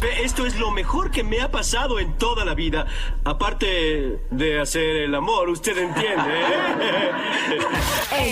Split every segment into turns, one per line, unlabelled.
ve, esto es lo mejor que me ha pasado en toda la vida. Aparte de hacer el amor, usted entiende. ¿eh?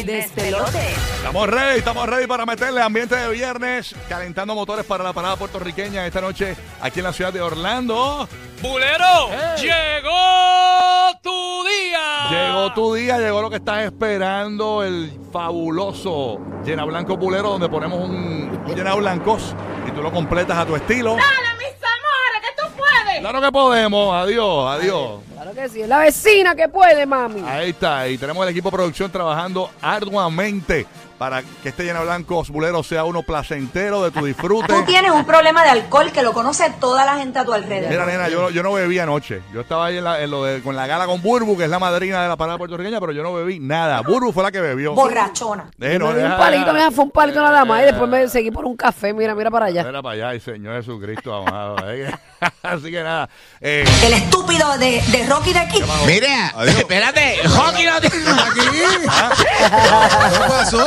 El despelote.
Estamos ready, estamos ready para meterle ambiente de viernes, calentando motores para la parada puertorriqueña esta noche aquí en la ciudad de Orlando.
¡Bulero! ¡Llegó tu día!
Llegó tu día, llegó lo que estás esperando, el fabuloso Llena Blanco Pulero, donde ponemos un, un Llena Blancos y tú lo completas a tu estilo.
¡Dale, mis amores, que tú puedes!
Claro que podemos, adiós, adiós.
Claro que sí, es la vecina que puede, mami.
Ahí está, y tenemos el equipo de producción trabajando arduamente para que este Llena Blancos Bulero sea uno placentero de tu disfrute.
Tú tienes un problema de alcohol que lo conoce toda la gente a tu alrededor.
Mira, nena, yo, yo no bebí anoche. Yo estaba ahí en la- en lo de- con la gala con Burbu, que es la madrina de la parada puertorriqueña, pero yo no bebí nada. Burbu fue la que bebió.
Borrachona.
Eh, no,
Me di
deja-
un palito, mira, fue un palito nada más. Y después
Eh,
me seguí por un café, mira, mira para allá.
Era para allá, el Señor Jesucristo amado. eh. Así que nada. eh,
El estúpido de, de Rocky de aquí.
Mira, espérate, Rocky no tiene.
¿Qué pasó?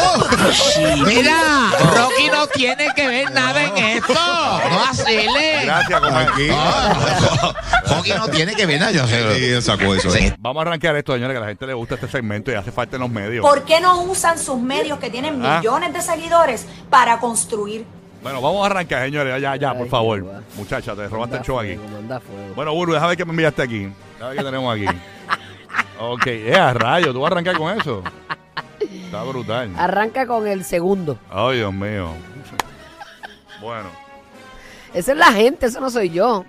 Mira, Rocky no tiene que ver nada en esto. No hacerle.
gracias, comadre.
No, Rocky no tiene que ver nada. Yo sé.
Sí, sacó eso. eh.
Sí.
Vamos a arranquear esto, señores, que a la gente le gusta este segmento y hace falta en los medios.
¿Por qué no usan sus medios que tienen
Ah.
millones de seguidores para construir?
Bueno, vamos a arrancar, señores. Ya, ya, por
Ay,
favor.
Jehová.
Muchacha, te robaste
Manda
el show aquí.
fuego, manda fuego.
Bueno, Burbu, déjame ver que me enviaste aquí. Déjame ver qué tenemos aquí. Ok, eh, a rayo, tú vas a arrancar con eso. Está brutal.
Arranca con el segundo.
Ay, Dios mío. Bueno.
Esa es la gente, eso no soy yo.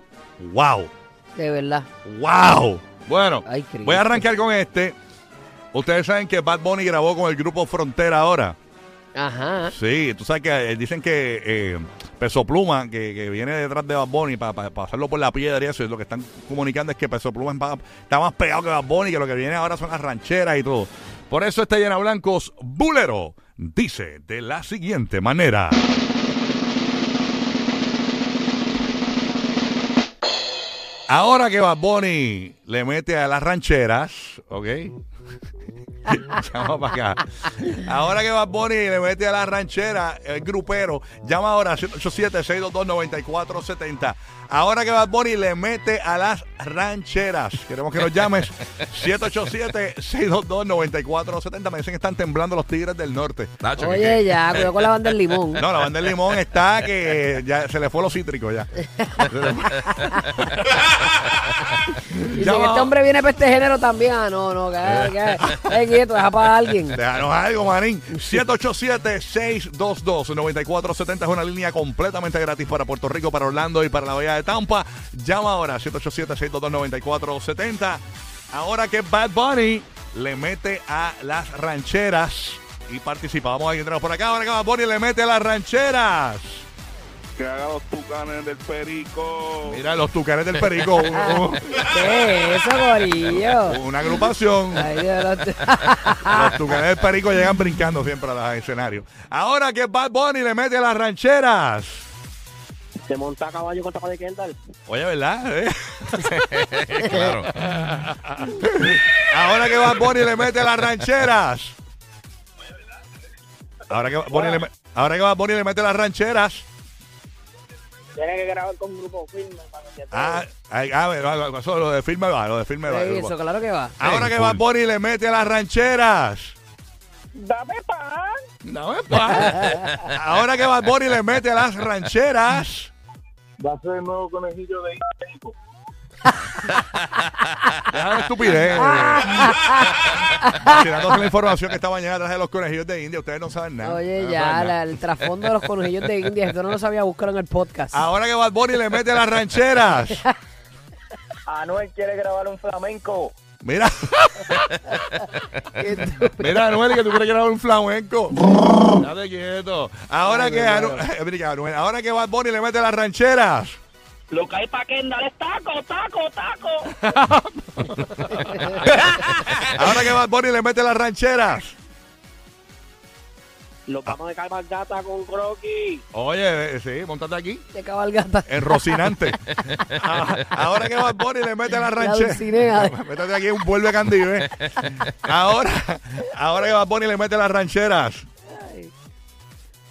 Wow.
De verdad.
Wow. Bueno,
Ay, Cristo.
voy a arrancar con este. Ustedes saben que Bad Bunny grabó con el grupo Frontera ahora.
Ajá.
Sí, tú sabes que eh, dicen que eh, Peso Pluma, que, que viene detrás de Bad Bunny para pasarlo por la piedra y eso, y lo que están comunicando es que Peso Pluma es más- está más pegado que Bad Bunny, que lo que viene ahora son las rancheras y todo. Por eso este Llena Blancos Bulero dice de la siguiente manera. Ahora que Bad Bunny le mete a las rancheras, ¿ok? Llama para acá. Ahora que Bad Bunny le mete a la ranchera, el grupero, llama ahora 787-622-9470. Ahora que Bad Bunny le mete a las rancheras. Queremos que nos llames 787-622-9470. Me dicen que están temblando los tigres del norte.
Nacho, ¿qué-
Oye, ya, cuidado con la banda del limón.
No, la banda del limón está que ya se le fue lo cítrico ya. Se le fue.
Dicen,
Llama-
este hombre viene para este género también. Ah, no, no, que, que- es quieto, deja para alguien.
Déjanos algo, manín. 787-622-9470 es una línea completamente gratis para Puerto Rico, para Orlando y para la Bahía de Tampa. Llama ahora, 787-622-9470. Ahora que Bad Bunny le mete a las rancheras y participa. Vamos a entrar por acá. Ahora que Bad Bunny le mete a las rancheras.
Que haga los tucanes del perico.
Mira, los tucanes del perico. un-
¿Qué es eso, gorillo?
Una agrupación.
Ay, Dios, los- Ah.
Los tucanes del perico llegan brincando siempre a los escenarios. Ahora que Bad Bunny le mete a las rancheras.
Se monta a caballo con tapa de Kendall.
Oye, ¿verdad? ¿Eh?
Claro.
Ahora que Bad Bunny le mete a las rancheras. Ahora que, Bad Bunny le, me- ahora que Bad Bunny le mete a las rancheras.
Tiene que grabar con grupo firme para que
Ah, ay, ah, bueno, eso lo de firme va, lo de firme va.
Sí, eso, claro que va.
Ahora que Bad Bunny le mete a las rancheras.
Dame pan.
No es pa. Ahora que Bad Bunny le mete a las rancheras.
Va a ser el nuevo conejillo de Ibérico.
Deja de estupidez. Tirándose la información que esta mañana traje los conejillos de India. Ustedes no saben nada.
Oye,
Ustedes no
ya,
saben
la-
nada.
el trasfondo de los conejillos de India, esto no lo sabía buscar en el podcast.
Ahora que Bad Bunny le mete a las rancheras.
Anuel quiere grabar un flamenco.
Mira,
Qué tú-
mira, Anuel, que tú quieres grabar un flamenco. Date quieto. Ahora que, Anu- Mira que Anuel, ahora que Bad Bunny le mete a las rancheras.
Lo que hay para Kendall es taco, taco, taco.
Ahora que Bad Bunny le mete a las rancheras.
Lo vamos de calmar gata con croquis.
Oye, eh, sí, montate aquí.
de cabalgata.
En Rocinante. Ah, Ahora que Bad Bunny le mete a la ranchera.
Dulcinea.
Métete aquí un vuelve candive. Ahora, ahora que Bad Bunny le mete a las rancheras.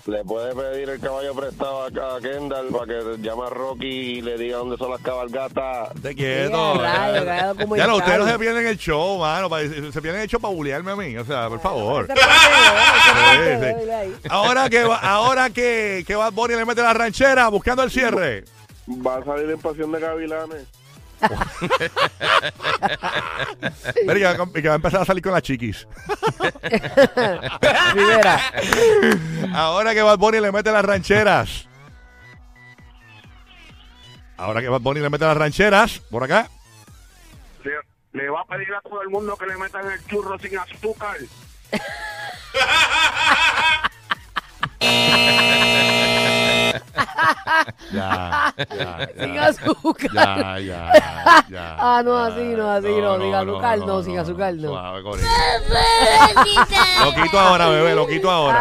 Le puede pedir el caballo prestado a, a Kendall para que llame a Rocky y le diga dónde son las cabalgatas.
Te
Mira,
quieto.
rayo, cagado como
Ya
el
no, ustedes no
cable.
se pierden el show, mano. pa- Se pierden el show para bulearme a mí. O sea, por favor.
Esa parte de- esa parte
Sí,
de-
sí.
de ahí.
Ahora que va- ahora que, que Bad Bunny le mete la ranchera buscando el cierre.
Va a salir en Pasión de Gavilanes.
Mira, y que, va- y que va a empezar a salir con las chiquis.
Rivera.
Ahora que Bad Bunny le mete las rancheras. Ahora que Bad Bunny le mete las rancheras, por acá.
Le, le va a pedir a todo el mundo que le metan el churro sin azúcar.
Ya, ya,
Sin
ya,
azúcar.
ya, ya, ya.
Ah, no, así no, así no, sin azúcar no, sin azúcar no.
Suave, Corín. Lo quito ahora, bebé, lo quito ahora.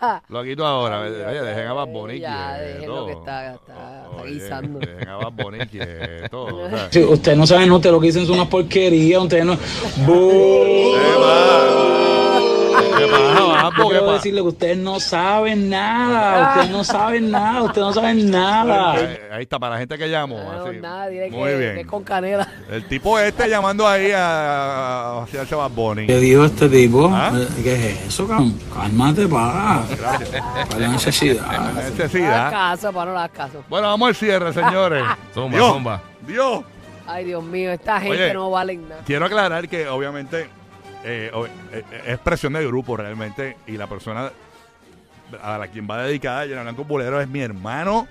Ah,
Lo quito ahora. bebé. Oye, dejen a Bad
eh,
Bunny
ya,
quieto.
dejen lo que está- está- está
Oye,
guisando.
Dejen a Bad Bunny quieto. o sea.
Sí, ustedes no saben, ustedes lo que dicen es una porquería, ustedes no... ¡Bú!
¿Qué pasa? ¿Qué pasa, Bambo? Ah, ¿Qué
Quiero
pasa?
decirle que ustedes no saben nada, ustedes no saben nada, ustedes no saben nada.
Ahí, ahí está, para la gente que llamó.
no,
así.
nada, dile que,
Muy
que es
bien.
con canela.
El tipo este llamando ahí a, a, a Bad Bunny.
dijo este tipo?
¿Ah?
¿Qué es eso, cabrón? Mm, Cálmate, pa. Para la necesidad.
No hagas
Necesidad.
caso, para no las caso.
Bueno, vamos al cierre, señores.
Zumba,
Dios,
zumba.
Dios.
Ay, Dios mío, esta gente
Oye.
no vale nada.
Quiero aclarar que obviamente eh, ob- eh, eh, es presión de grupo realmente y la persona a la quien va dedicada Llena Blanco Bulero es mi hermano.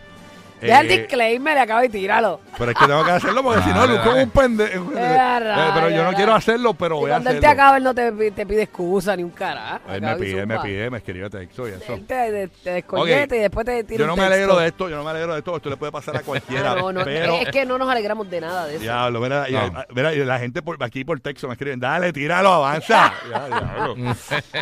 Deja el
Eh,
disclaimer y acaba y tíralo.
pero es que tengo que hacerlo porque si no,
Dale,
Luco
dale.
es un pendejo.
Eh,
pero yo no
rayos,
quiero hacerlo, pero
Y
voy a
cuando
hacerlo.
él te acaba, él no te, te pide excusa ni un cara.
Él me pide, me pide, me escribió texto y eso.
Él te, te, te descoñeta
Ok.
y después te tira
Yo
un
no me
texto.
alegro de esto, yo no me alegro de esto, esto le puede pasar a cualquiera.
Ah, no, no,
pero,
es que no nos alegramos de nada de eso.
diablo, mira, y-
No.
mira, y la gente por, aquí por texto me escriben, dale, tíralo, avanza. Ya, diablo.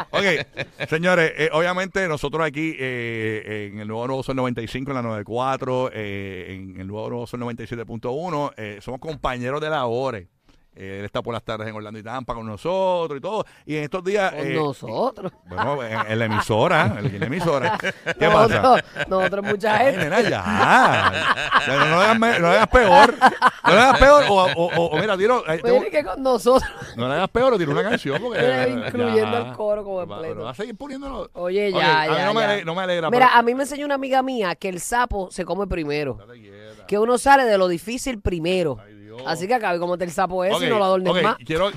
ok, señores, eh, obviamente nosotros aquí eh, en el Nuevo Nuevo Sol 95, en la 94, eh, en el Nuevo Nuevo Sol 97.1, eh, somos compañeros de la ORE. Eh, él está por las tardes en Orlando y Tampa con nosotros y todo. Y en estos días...
Con
eh,
nosotros.
Bueno, en, en la emisora, en la emisora. ¿Qué pasa?
nosotros, nosotros mucha
Ay,
gente.
nena, ya. Ya, no, no lo hagas, me- no lo hagas peor. No lo hagas peor. O, o- o- o mira, tiro. eh,
Pero
tengo-
es que con nosotros.
no lo hagas peor o tiro una canción. Porque, eh,
Mira, incluyendo
ya.
el coro como
Va,
completo.
Pero vas a seguir poniéndolo.
Oye, ya,
Ok,
ya,
a mí no, Me
ya.
ale- no me alegra.
Mira, a mí me enseñó una amiga mía que el sapo se come primero. Que uno sale de lo difícil primero. Así que acabe como te el sapo
pero-
ese
ok,
y no lo adornes
ok,
más.
Quiero.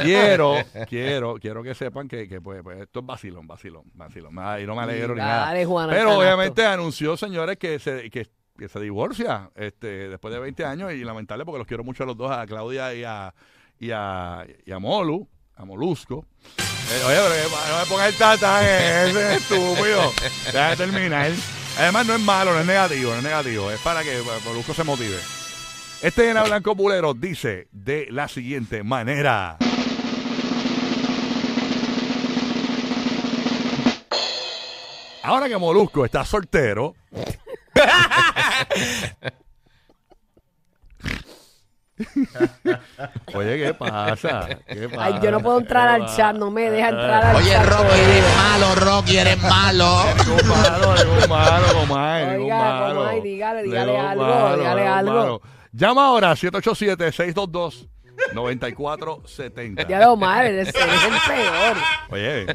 quiero, quiero, quiero que sepan que, que, pues, pues, esto es vacilón, vacilón, vacilón. Nada, y no me alegro ni
Dale,
nada.
Juana,
Pero
canasto.
obviamente anunció, señores, que se, que, que se divorcia este, después de 20 años y lamentable porque los quiero mucho a los dos, a Claudia y a, y a, y a Molu, a Molusco. Eh, oye, pero que- no me pongas el tatán, eh, ese es estúpido. Deja de terminar. Además, no es malo, no es negativo, no es negativo. Es para que eh, Molusco se motive. Este Llena Blanco Bulero dice de la siguiente manera. Ahora que Molusco está soltero, Oye, ¿qué pasa? ¿Qué pasa?
Ay, yo no puedo entrar al chat, no me deja entrar al
Oye,
chat.
Rocky,
todavía.
eres malo, Rocky, eres malo.
Ningún malo, ningún malo, comay, ningún
Oiga,
malo.
comay, dígale, dígale
Ningún
algo,
malo,
dígale
ningún
algo.
malo. Llama ahora 787-622-9470.
Ya lo mal, eres eres el peor.
Oye,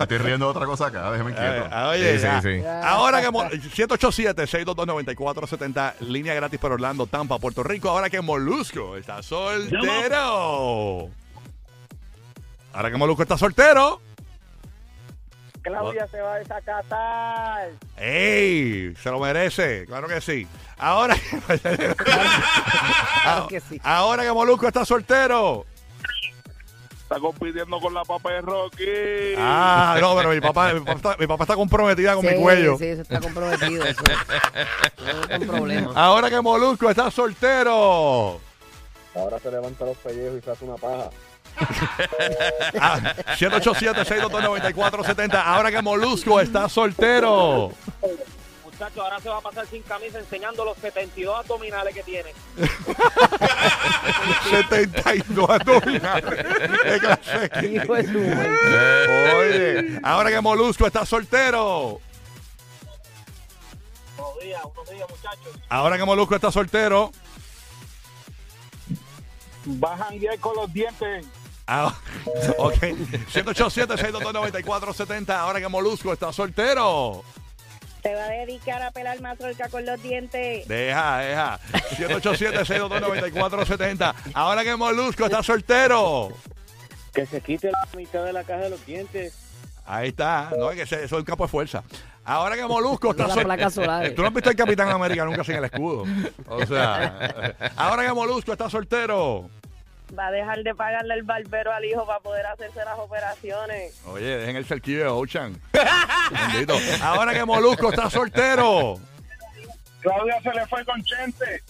Estoy riendo de otra cosa acá, déjeme quieto.
Ah, oye,
Sí,
ya.
sí, sí.
Ahora que Mo- 787-622-9470, línea gratis para Orlando, Tampa, Puerto Rico. Ahora que Molusco está soltero. Ahora que Molusco está soltero.
Claudia se va a desacatar.
¡Ey! Se lo merece, claro que sí. Ahora que,
Claro que sí.
ahora que Molusco está soltero.
Está compitiendo con la papa de Rocky.
Ah, no, pero mi papá, mi papá, está, mi papá está comprometida con
Sí,
mi cuello.
Sí, eso está comprometido. Eso. No es un problema.
Ahora que Molusco está soltero.
Ahora se levanta los pellejos y se hace una paja.
Ah, 787-622-9470. Ahora que Molusco está soltero.
Muchacho, ahora se va a pasar sin camisa enseñando los 72 abdominales que tiene.
72 abdominales. Qué clase. Oye, ahora que Molusco está soltero.
Buenos días, buenos días, muchachos.
Ahora que Molusco está soltero.
Bajan 10 con los dientes.
Ah, ok. 187-622-9470. Ahora que Molusco está soltero.
Te va a dedicar a pelar mazorca con los dientes.
Deja, deja. 187-622-9470. Ahora que Molusco está soltero.
Que se quite la mitad de la caja de los dientes.
Ahí está. No, es que ese- eso es el campo de fuerza. Ahora que Molusco está
Las
sol-
placas solares.
Eh, Tú no has visto el Capitán América nunca sin el escudo. O sea, ahora que Molusco está soltero.
Va a dejar de pagarle el barbero al hijo para poder hacerse las operaciones.
Oye, dejen el cerquillo de Ocean. Bendito. Ahora que Molusco está soltero.
Claudia se le fue con Chente.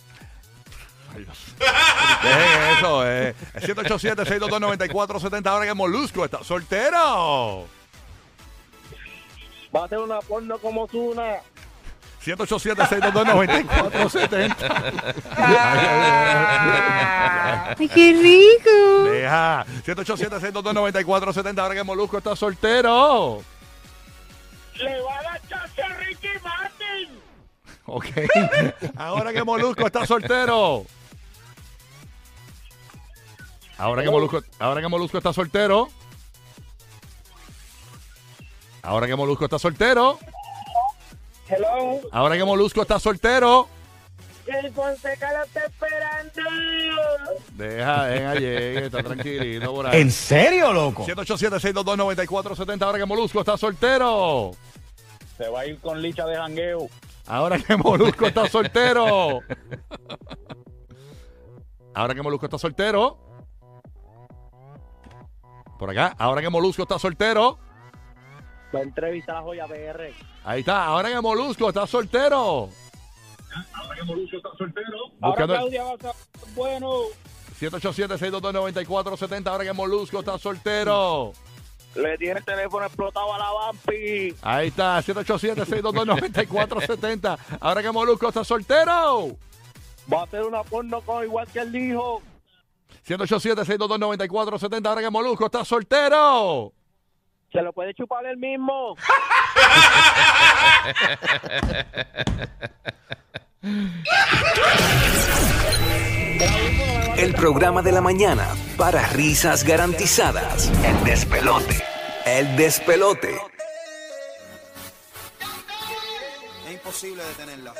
Dejen eso, eh. 787-622-9470. Ahora que Molusco está soltero.
Va a hacer una porno como Zuna.
787-622-9470.
¡Ay, qué rico!
Deja. 787-622-9470. Ahora que Molusco está soltero.
Le va a dar chance a Ricky Martin.
Ok. Ahora que Molusco está soltero. Ahora que Molusco, ahora que Molusco está soltero. Ahora que Molusco está soltero.
Hello.
Ahora que Molusco está soltero.
El Fonseca lo está esperando.
Deja, deja, llegue, está tranquilito por ahí.
¿En serio, loco?
787-622-9470. Ahora que Molusco está soltero.
Se va a ir con licha de jangueo.
Ahora que Molusco está soltero. Ahora que Molusco está soltero. Por acá. Ahora que Molusco está soltero.
Va a entrevistar a Joya PR.
Ahí está. Ahora que Molusco está soltero.
Ahora
Buscando-
Claudia va a ser bueno.
787-622-9470. Ahora que Molusco está soltero.
Le tiene el teléfono explotado a la Vampi.
Ahí está. 787-622-9470. Ahora que Molusco está soltero.
Va a hacer una porno con igual que el hijo.
787-622-9470. Ahora que Molusco está soltero.
Se lo puede chupar él mismo.
El programa de la mañana para risas garantizadas. El despelote. El despelote.
Es imposible detenerla.